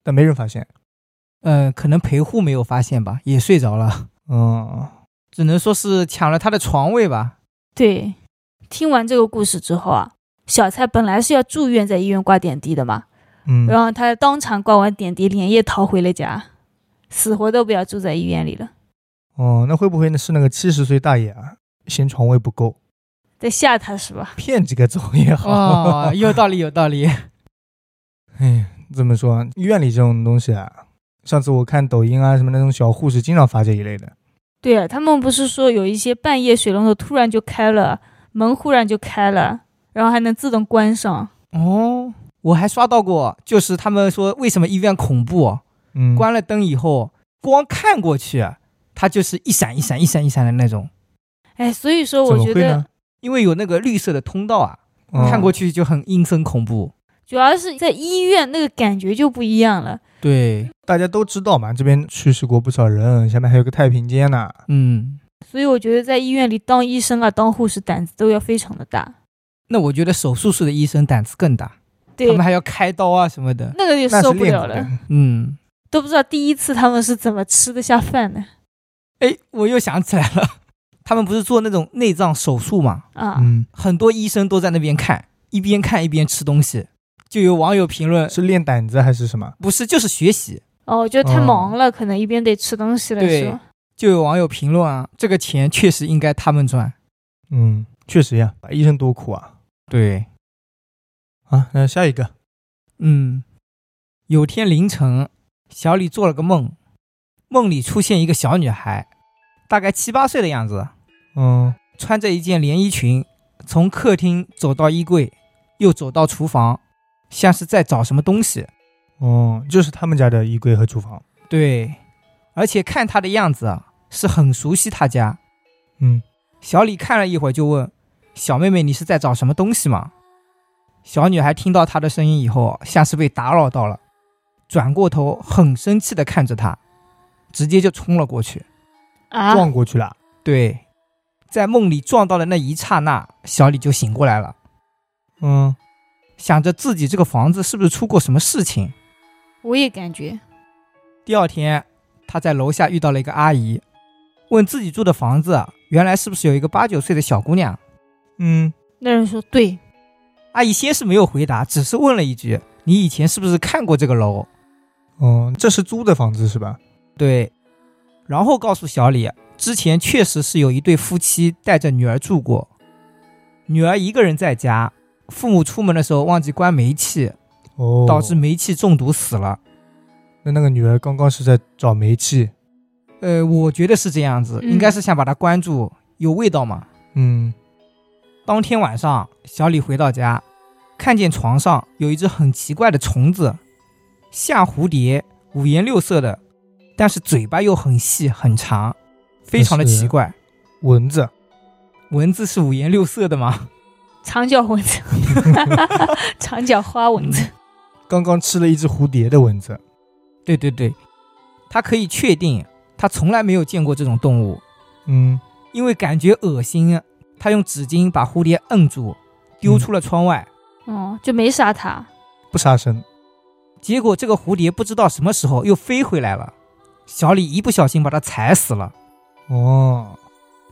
S1: 但没人发现。
S3: 嗯，可能陪护没有发现吧，也睡着了，
S1: 哦，
S3: 只能说是抢了他的床位吧。
S2: 对，听完这个故事之后啊，小蔡本来是要住院在医院挂点滴的嘛，
S1: 嗯，
S2: 然后他当场挂完点滴，连夜逃回了家，死活都不要住在医院里了，
S1: 哦，那会不会是那个七十岁大爷啊，嫌床位不够，
S2: 在吓他是吧？哦
S1: 骗几个走也好？
S3: 哦，有道理，有道理。
S1: 哎，怎么说啊？医院里这种东西啊，上次我看抖音啊什么那种小护士经常发这一类的，
S2: 对啊，他们不是说有一些半夜水龙头突然就开了，门忽然就开了，然后还能自动关上。
S3: 哦，我还刷到过，就是他们说为什么医院恐怖，哦
S1: 嗯，
S3: 关了灯以后，光看过去，它就是一闪一闪、一闪一闪的那种，
S2: 哎，所以说
S1: 怎
S2: 我
S1: 么
S2: 觉
S1: 会
S2: 得
S1: 呢？
S3: 因为有那个绿色的通道啊，
S2: 哦
S1: 嗯
S3: 看过去就很阴森恐怖。
S2: 主要是在医院那个感觉就不一样了。
S3: 对，
S1: 大家都知道嘛，这边去世过不少人，下面还有个太平间呢。
S3: 嗯，
S2: 所以我觉得在医院里当医生啊、当护士胆子都要非常的大。
S3: 那我觉得手术室的医生胆子更大，他
S2: 对
S3: 们，还要开刀啊什 么的。
S2: 那个也
S1: 那
S2: 受
S1: 是
S2: 不
S1: 练
S2: 了
S1: 过的
S2: 了，，
S3: 嗯，
S2: 都不知道第一次他们是怎么吃得下饭的
S3: 哎，我又想起来了，他们不是做那种内脏手术嘛，
S2: 啊。
S1: 嗯，
S3: 很多医生都在那边看，一边看一边吃东西。就有网友评论，
S1: 是练胆子还是什么？
S3: 不是就是学习。
S2: 哦，我觉得太
S1: 哦
S2: 忙了，可能一边得吃东西了，
S3: 对
S2: 是吧？
S3: 就有网友评论啊，这个钱确实应该他们赚。
S1: 嗯，确实呀，医生多苦啊。
S3: 对，
S1: 啊，那下一个，
S3: 嗯，有天凌晨，小李做了个梦，梦里出现一个小女孩，大概七八岁的样子，
S1: 嗯
S3: 穿着一件连衣裙，从客厅走到衣柜，又走到厨房，像是在找什么东西。
S1: 哦，就是他们家的衣柜和厨房。
S3: 对，而且看她的样子啊，是很熟悉她家。
S1: 嗯，
S3: 小李看了一会儿，就问：“小妹妹，你是在找什么东西吗？”小女孩听到他的声音以后，像是被打扰到了，转过头很生气地看着他，直接就冲了过去。
S2: 啊，
S1: 撞过去了。
S3: 对，在梦里撞到的那一刹那，小李就醒过来了，
S1: 嗯，
S3: 想着自己这个房子是不是出过什么事情。
S2: 我也感觉
S3: 第二天，他在楼下遇到了一个阿姨，问自己住的房子原来是不是有一个八九岁的小姑娘。
S1: 嗯，
S2: 那人说对，
S3: 阿姨先是没有回答，只是问了一句：“你以前是不是看过这个楼
S1: 哦，这是租的房子是吧？？”
S3: 对，然后告诉小李，之前确实是有一对夫妻带着女儿住过，女儿一个人在家，父母出门的时候忘记关煤气，
S1: 哦，
S3: 导致煤气中毒死了。
S1: 那那个女儿刚刚是在找煤气。
S3: 呃，我觉得是这样子，
S2: 嗯
S3: 应该是想把它关住，有味道嘛。
S1: 嗯，
S3: 当天晚上，小李回到家，看见床上有一只很奇怪的虫子，像蝴蝶，五颜六色的，但是嘴巴又很细很长，非常的奇怪。
S1: 蚊子。
S3: 蚊子是五颜六色的吗？
S2: 长脚蚊子， 长脚花蚊
S3: 嗯
S2: 子，
S1: 刚刚吃了一只蝴蝶的蚊子。
S3: 对对对，他可以确定，他从来没有见过这种动物，
S1: 嗯，
S3: 因为感觉恶心，他用纸巾把蝴蝶摁住，丢出了窗外。
S2: 哦，就没杀他。
S1: 不杀生。
S3: 结果这个蝴蝶不知道什么时候又飞回来了，小李一不小心把它踩死了。
S1: 哦，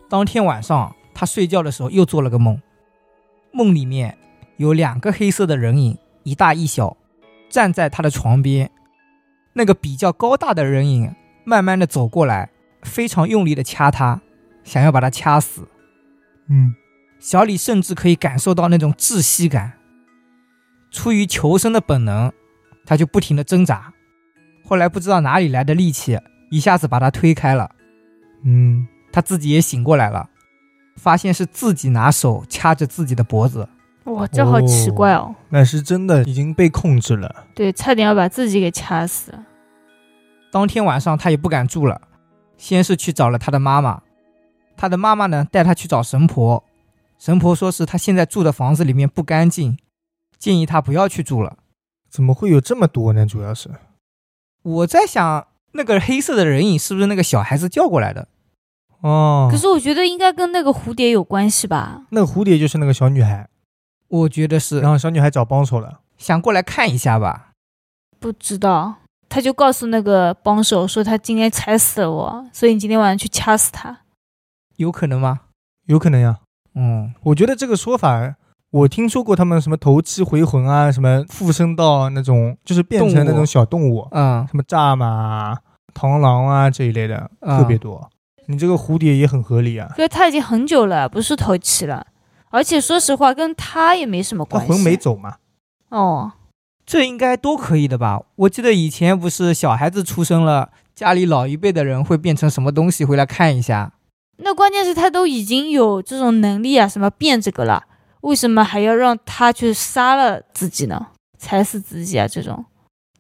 S3: 当天晚上，他睡觉的时候又做了个梦，梦里面有两个黑色的人影，一大一小，站在他的床边。那个比较高大的人影慢慢的走过来，非常用力的掐他，想要把他掐死。
S1: 嗯，
S3: 小李甚至可以感受到那种窒息感。出于求生的本能，他就不停的挣扎。后来不知道哪里来的力气，一下子把他推开了。
S1: 嗯，
S3: 他自己也醒过来了，发现是自己拿手掐着自己的脖子。
S2: 哇，这好奇怪哦！
S1: 那是真的已经被控制了。
S2: 对，差点要把自己给掐死了。
S3: 当天晚上他也不敢住了，先是去找了他的妈妈，他的妈妈呢带他去找神婆，神婆说是他现在住的房子里面不干净，建议他不要去住了。
S1: 怎么会有这么多呢？主要是，
S3: 我在想，那个黑色的人影是不是那个小孩子叫过来的？
S1: 哦，
S2: 可是我觉得应该跟那个蝴蝶有关系吧？
S1: 那个蝴蝶就是那个小女孩，
S3: 我觉得是
S1: 然，后小女孩找帮手了。
S3: 想过来看一下吧。
S2: 不知道，他就告诉那个帮手说他今天踩死了我，所以你今天晚上去掐死他。
S3: 有可能吗？
S1: 有可能呀。
S3: 嗯，
S1: 我觉得这个说法，我听说过他们什么头七回魂啊，什么附身到那种，就是变成那
S3: 动物
S1: 种小动物，
S3: 嗯，
S1: 什么蚱蜢、啊、螳螂啊这一类的，
S3: 啊
S1: 特别多。你这个蝴蝶也很合理啊，
S2: 可是他已经很久了，不是头七了，而且说实话跟他也没什么
S1: 它
S2: 关系。
S1: 魂没走嘛。
S2: 哦，
S3: 这应该都可以的吧？我记得以前不是小孩子出生了，家里老一辈的人会变成什么东西回来看一下。
S2: 那关键是他都已经有这种能力啊，什么变这个了，为什么还要让他去杀了自己呢？踩死自己啊，这种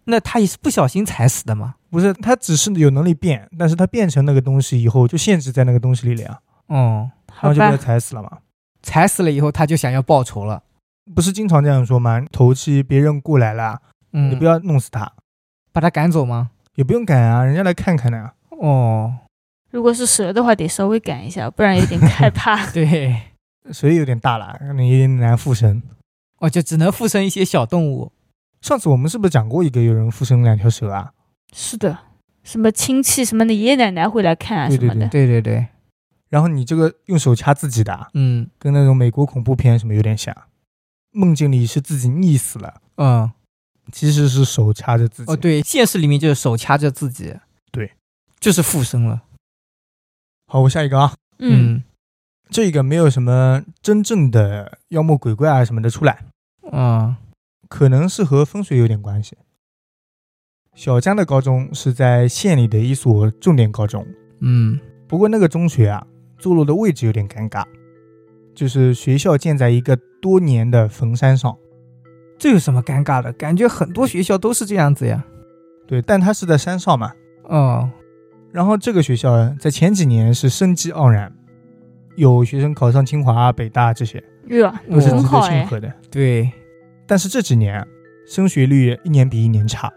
S3: 那他也是不小心踩死的嘛？
S1: 不是，他只是有能力变，但是他变成那个东西以后就限制在那个东西里了呀，
S3: 嗯，
S1: 然
S2: 好
S1: 后就被他
S2: 吧？
S1: 踩死了嘛。
S3: 踩死了以后他就想要报仇了。
S1: 不是经常这样说吗？头七别人过来了，
S3: 嗯，
S1: 你不要弄死他，
S3: 把他赶走吗？
S1: 也不用赶啊，人家来看看呢、
S3: 哦，。
S2: 如果是蛇的话，得稍微赶一下，不然有点害怕
S3: 对，
S1: 水有点大了，让你有点难附身。
S3: 哦，就只能附身一些小动物。
S1: 上次我们是不是讲过一个有人附身两条蛇啊？
S2: 是的，什么亲戚什么的，爷爷奶奶会来看啊
S1: 对
S2: 什么的。
S1: 对
S3: 对对对，
S1: 然后你这个用手掐自己的啊，
S3: 嗯
S1: 跟那种美国恐怖片什么有点像。梦境里是自己溺死了，
S3: 嗯，
S1: 其实是手掐着自己。
S3: 哦，对，现实里面就是手掐着自己，
S1: 对，
S3: 就是附身了。
S1: 好，我下一个啊，
S2: 嗯，
S1: 这个没有什么真正的妖魔鬼怪啊什么的出来，
S3: 嗯嗯
S1: 可能是和风水有点关系。小江的高中是在县里的一所重点高中，
S3: 嗯
S1: 不过那个中学啊，坐落的位置有点尴尬，就是学校建在一个多年的坟山上，
S3: 这有什么尴尬的？感觉很多学校都是这样子呀。
S1: 对，但它是在山上嘛。
S3: 哦，
S1: 然后这个学校啊在前几年是生机盎然，有学生考上清华、北大这些，
S2: 热
S1: 都是值
S3: 哇
S1: 得
S2: 很好
S1: 庆
S2: 哎，
S1: 贺的。
S3: 对，
S1: 但是这几年啊升学率一年比一年差，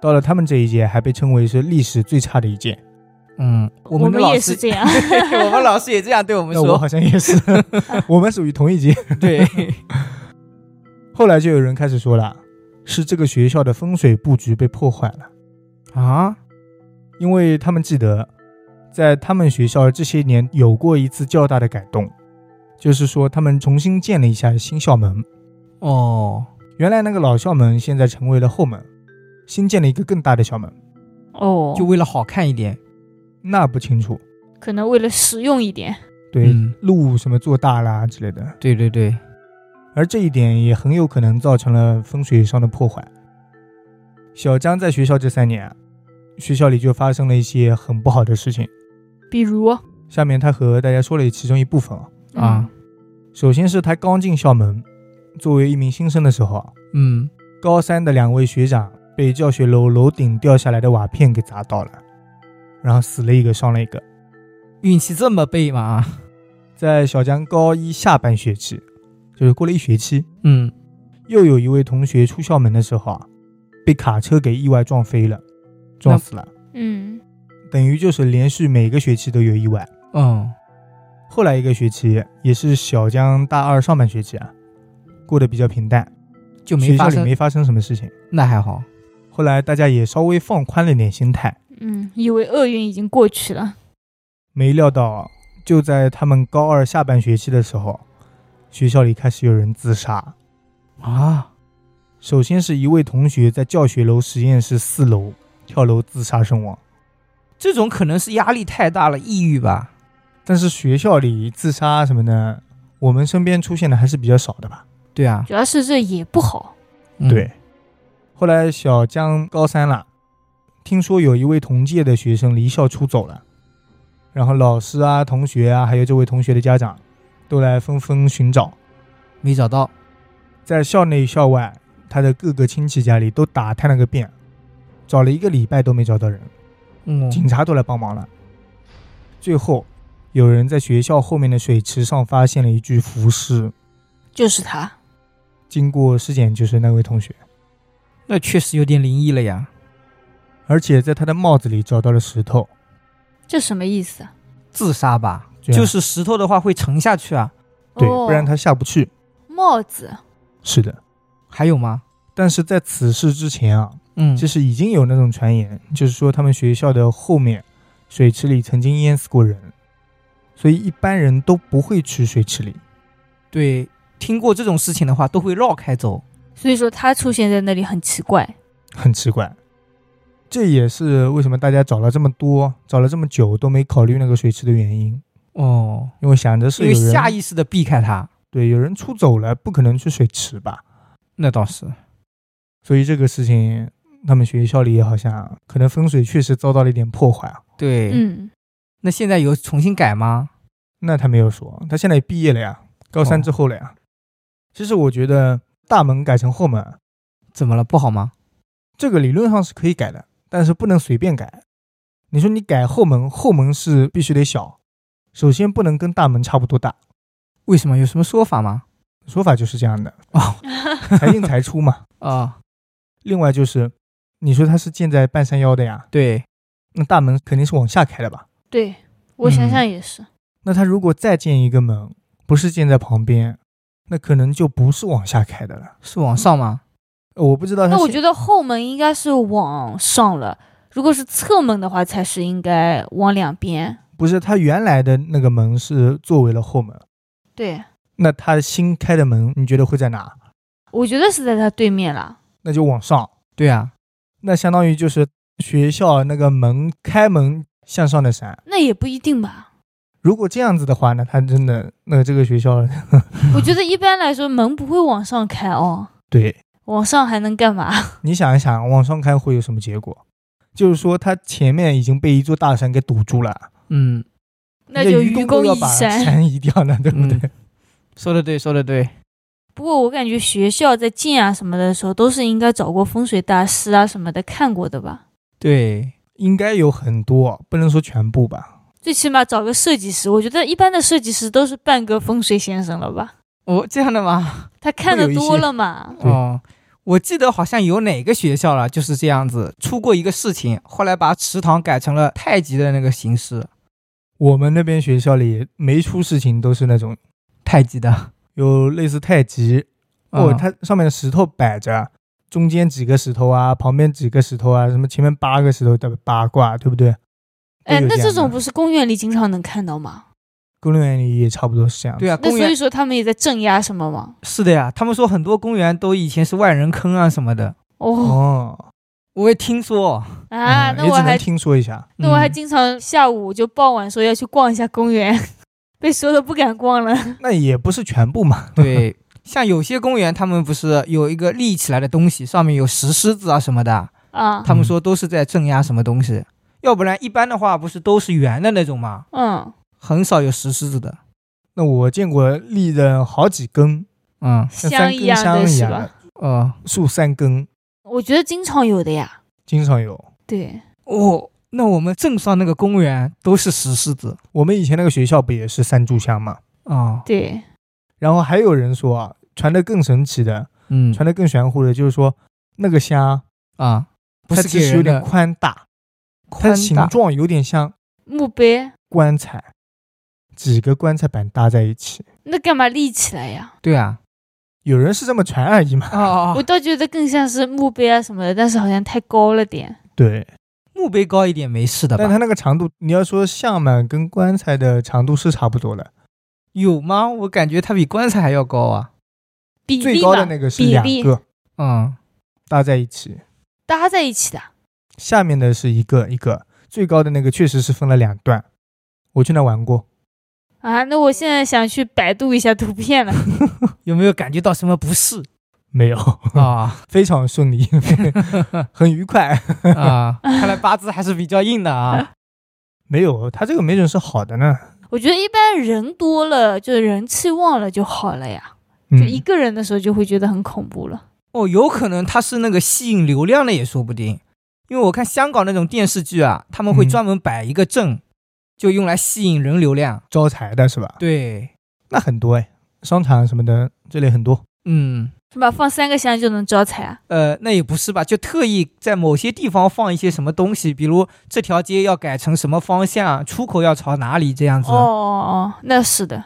S1: 到了他们这一届还被称为是历史最差的一届。
S3: 嗯，我
S2: 我
S3: 们的老
S2: 也
S3: 师
S2: 是 这，样。
S3: 我们老师也这样对我们
S1: 那我
S3: 说，
S1: 好像也 是，我们属于同一届。
S3: 对，
S1: 后来就有人开始说了，是这个学校的风水布局被破坏了，
S3: 啊，
S1: 因为他们记得，在他们学校这些年有过一次较大的改动，就是说他们重新建了一下新校门，
S3: 哦，
S1: 原来那个老校门现在成为了后门，新建了一个更大的校门，
S2: 哦，
S3: 就为了好看一点，
S1: 那不清楚。
S2: 可能为了实用一点。
S1: 对，
S3: 嗯
S1: 路什么做大啦之类的，
S3: 对对对，
S1: 而这一点也很有可能造成了风水上的破坏。小江在学校这三年啊，学校里就发生了一些很不好的事情。
S2: 比如
S1: 下面他和大家说了其中一部分啊。
S2: 嗯
S3: 啊，
S1: 首先是他刚进校门，作为一名新生的时候啊，
S3: 嗯，
S1: 高三的两位学长被教学楼楼顶掉下来的瓦片给砸到了，然后死了一个，伤了一个。
S3: 运气这么背嘛，啊
S1: 在小江高一下半学期，就是过了一学期，
S3: 嗯，
S1: 又有一位同学出校门的时候啊，被卡车给意外撞飞了，撞死了，
S2: 嗯嗯，
S1: 等于就是连续每个学期都有意外。
S3: 哦，
S1: 后来一个学期也是小江大二上半学期啊，过得比较平淡，
S3: 就没
S1: 学校
S3: 发
S1: 里
S3: 生，
S1: 没发生什么事情。
S3: 那还好，
S1: 后来大家也稍微放宽了点心态，
S2: 嗯，以为厄运已经过去了，
S1: 没料到啊就在他们高二下半学期的时候，学校里开始有人自杀。
S3: 啊，
S1: 首先是一位同学在教学楼实验室四楼跳楼自杀身亡，
S3: 这种可能是压力太大了，抑郁吧，
S1: 但是学校里自杀什么的，我们身边出现的还是比较少的吧？
S3: 对啊，
S2: 主要是这也不好。
S3: 嗯，
S1: 后来小江高三了，听说有一位同届的学生离校出走了，然后老师啊、同学啊，还有这位同学的家长，都来纷纷寻找，
S3: 没找到，
S1: 在校内校外，他的各个亲戚家里都打探了个遍，找了一个礼拜都没找到人，
S3: 嗯，
S1: 警察都来帮忙了。最后，有人在学校后面的水池上发现了一具浮尸，
S2: 就是他，
S1: 经过尸检就是那位同学，
S3: 那确实有点灵异了呀，
S1: 而且在他的帽子里找到了石头，
S2: 这什么意思啊？
S3: 自杀吧，
S1: 这样
S3: 就是石头的话会沉下去啊，
S1: 对，
S2: 哦
S1: 不然他下不去。
S2: 帽子
S1: 是的，
S3: 还有吗？
S1: 但是在此事之前啊，
S3: 嗯，
S1: 就是已经有那种传言，就是说他们学校的后面水池里曾经淹死过人，所以一般人都不会去水池里。
S3: 对，听过这种事情的话，都会绕开走。
S2: 所以说他出现在那里很奇怪。
S1: 很奇怪。这也是为什么大家找了这么多，找了这么久都没考虑那个水池的原因，
S3: 哦，
S1: 因为想着
S3: 因
S1: 是
S3: 为
S1: 有
S3: 下
S1: 人
S3: 意识的避开它，
S1: 对有人出走了，不可能去水池吧？
S3: 那倒是。
S1: 所以这个事情，他们学校里好像可能风水确实遭到了一点破坏啊。
S3: 对，
S2: 嗯，
S3: 那现在有重新改吗？
S1: 那他没有说，他现在毕业了呀，高三
S3: 哦
S1: 之后了呀。其实我觉得大门改成后门，
S3: 怎么了？不好吗？
S1: 这个理论上是可以改的，但是不能随便改。你说你改后门，后门是必须得小，首先不能跟大门差不多大，
S3: 为什么？有什么说法吗？
S1: 说法就是这样的，
S3: 哦
S1: 才进才出嘛。
S3: 啊、
S1: 另外就是，你说它是建在半山腰的呀，
S3: 对，
S1: 那大门肯定是往下开的吧？
S2: 对我
S1: 嗯
S2: 想想也是，
S1: 那它如果再建一个门，不是建在旁边，那可能就不是往下开的了。
S3: 是往上吗？
S1: 呃我不知道它
S2: 那我
S1: 现
S2: 觉得后门应该是往上了，如果是侧门的话，才是应该往两边。
S1: 不是它原来的那个门是作为了后门，
S2: 对，
S1: 那它新开的门你觉得会在哪？
S2: 我觉得是在它对面啦。
S1: 那就往上，
S3: 对啊，
S1: 那相当于就是学校那个门开门向上的山。
S2: 那也不一定吧。
S1: 如果这样子的话，那它真的那这个学校
S2: 我觉得一般来说门不会往上开哦，
S1: 对
S2: 往上还能干嘛？
S1: 你想一想，往上开会有什么结果？就是说，它前面已经被一座大山给堵住了，
S3: 嗯，
S2: 那就
S1: 愚
S2: 愚
S1: 公
S2: 公
S1: 要
S2: 移
S1: 把
S2: 山。
S1: 山移掉呢，对不对？
S3: 说的对，说的对，
S2: 不过我感觉学校在建啊什么的时候，都是应该找过风水大师啊什么的看过的吧？
S3: 对，
S1: 应该有很多，不能说全部吧。
S2: 最起码找个设计师，我觉得一般的设计师都是半个风水先生了吧？
S3: 哦，这样的吗？
S2: 他看的多了嘛。
S1: 对
S3: 哦，我记得好像有哪个学校了，就是这样子出过一个事情，后来把食堂改成了太极的那个形式，
S1: 我们那边学校里没出事情都是那种
S3: 太极的。
S1: 有类似太极，哦，
S3: 嗯
S1: 它上面的石头摆着，中间几个石头啊，旁边几个石头啊，什么前面八个石头的八卦，对不对？
S2: 哎，
S1: 会有
S2: 那
S1: 样
S2: 这
S1: 的
S2: 种不是公园里经常能看到吗？
S1: 公园里也差不多是这样。
S3: 对啊，
S2: 那
S3: 公
S2: 所
S3: 园
S2: 以说他们也在镇压什么吗？
S3: 是的呀，他们说很多公园都以前是万人坑啊什么的，
S2: 哦
S1: 哦，
S3: 我也听说。
S2: 啊，
S1: 嗯
S2: 那
S1: 也
S2: 我
S1: 只能
S2: 还
S1: 听说一下。
S2: 那我还
S3: 嗯
S2: 经常下午就傍晚说要去逛一下公园， 被说的不敢逛了。
S1: 那也不是全部嘛。
S3: 嗯对，像有些公园，他们不是有一个立起来的东西，上面有石狮子啊什么的，
S2: 啊，
S3: 他们说都是在镇压什么东西，要不然一般的话不是都是圆的那种嘛，
S2: 嗯，
S3: 很少有石狮子的。
S1: 那我见过立的好几根，
S3: 嗯，
S1: 像三
S2: 香
S1: 根
S2: 一样
S1: 香
S2: 的
S1: 一
S2: 是
S1: 样
S2: 吧
S1: 的？
S3: 哦，
S1: 树，三根
S2: 我觉得经常有的呀。
S1: 经常有。
S2: 对，
S3: 哦，那我们镇上那个公园都是石狮子
S1: 我们以前那个学校不也是三炷香嘛？
S3: 哦，
S2: 对，
S1: 然后还有人说啊，传的更神奇的，
S3: 嗯
S1: 传的更玄乎的，就是说那个虾
S3: 啊，不
S1: 它
S3: 是
S1: 其
S3: 给
S1: 实有
S3: 人
S1: 点
S3: 的
S1: 宽大，它
S3: 宽
S1: 的形
S3: 大，
S1: 状有点像
S2: 墓碑
S1: 棺材，几个棺材板搭在一起。
S2: 那干嘛立起来呀？
S3: 对啊，
S1: 有人是这么传而已嘛？
S3: 哦哦，
S2: 我
S3: 哦
S2: 倒觉得更像是墓碑啊什么的，但是好像太高了点。
S1: 对，
S3: 墓碑高一点没事的
S1: 但
S3: 吧？
S1: 它那个长度，你要说像嘛，跟棺材的长度是差不多的。
S3: 有吗？我感觉它比棺材还要高啊。
S2: 比例
S1: 最高的
S2: 嘛
S1: 那个是
S2: 比
S1: 两
S2: 例
S1: 个
S3: 嗯，
S1: 搭在一起，
S2: 搭在一起的，
S1: 下面的是一个一个，最高的那个确实是分了两段。我去那玩过，
S2: 啊，那我现在想去百度一下图 片了。
S3: 有没有感觉到什么不适
S1: 没有，
S3: 啊
S1: 非常顺利，很愉快。
S3: 啊？看来八字还是比较硬 的啊。
S1: 没有，他这个没准是好的呢。
S2: 我觉得一般人多了，就人气旺了就好了呀。
S1: 嗯
S2: 就，一个人的时候就会觉得很恐怖了。
S3: 哦，有可能它是那个吸引流量的也说不定，因为我看香港那种电视剧啊，他们会
S1: 嗯
S3: 专门摆一个阵，就用来吸引人流量。
S1: 招财的是吧？
S3: 对，
S1: 那很多哎，商场什么的这类很多。
S3: 嗯，
S2: 是吧？放三个香就能招财啊？
S3: 呃，那也不是吧，就特意在某些地方放一些什么东西，比如这条街要改成什么方向，出口要朝哪里这样子。
S2: 哦哦哦，那是的。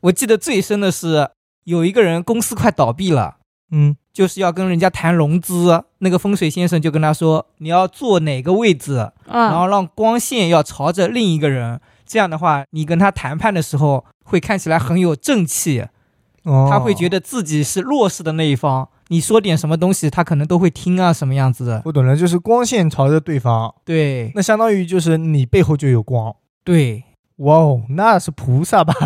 S3: 我记得最深的是有一个人公司快倒闭了。
S1: 嗯，
S3: 就是要跟人家谈融资，那个风水先生就跟他说，你要坐哪个位置，然
S2: 啊，
S3: 后让光线要朝着另一个人，这样的话，你跟他谈判的时候会看起来很有正气，
S1: 哦，
S3: 他会觉得自己是弱势的那一方，你说点什么东西，他可能都会听啊，什么样子的。
S1: 我懂了，就是光线朝着对方，
S3: 对
S1: 那相当于就是你背后就有光。
S3: 对，
S1: 哇哦，那是菩萨吧？。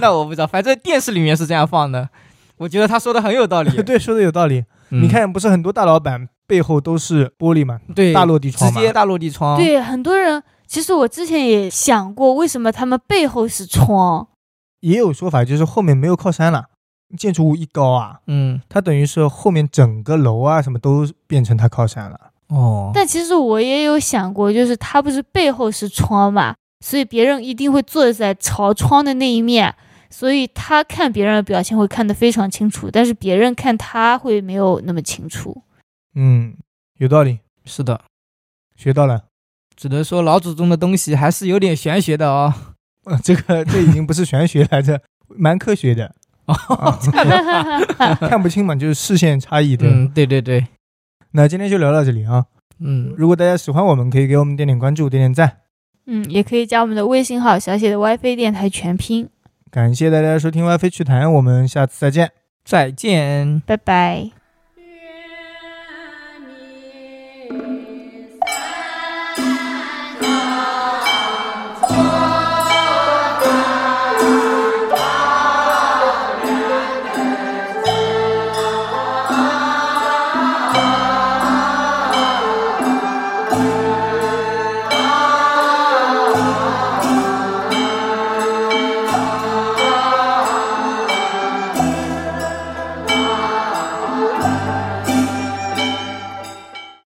S3: 那我不知道，反正电视里面是这样放的。我觉得他说的很有道理
S1: 对，说的有道理。
S3: 嗯
S1: 你，看，不是很多大老板背后都是玻璃嘛，
S3: 对，
S1: 大落地窗
S3: 直
S1: 嘛。
S3: 接大落地窗。，
S2: 对，很多人其实我之前也想过，为什么他们背后是窗？
S1: 也有说法就是后面没有靠山了，建筑物一高啊，
S3: 嗯，
S1: 它等于是后面整个楼啊什么都变成它靠山了。
S3: 哦，
S2: 但其实我也有想过，就是他不是背后是窗嘛，所以别人一定会坐在朝窗的那一面，所以他看别人的表情会看得非常清楚，但是别人看他会没有那么清楚。
S1: 嗯，有道理，
S3: 是的，
S1: 学到了。
S3: 只能说老祖宗的东西还是有点玄学的哦。
S1: 呃 这个这已经不是玄学了，这蛮科学的，啊
S3: 哦，这样的话
S1: 看不清嘛，就是视线差异的。
S3: 嗯，对对对，
S1: 那今天就聊到这里啊！
S3: 嗯，
S1: 如果大家喜欢我们，可以给我们点点关注，点点赞。
S2: 嗯，也可以加我们的微信号，小写的 WiFi 电台全拼，
S1: 感谢大家收听《歪飞趣谈》，我们下次再见。
S3: 再见。
S2: 拜拜。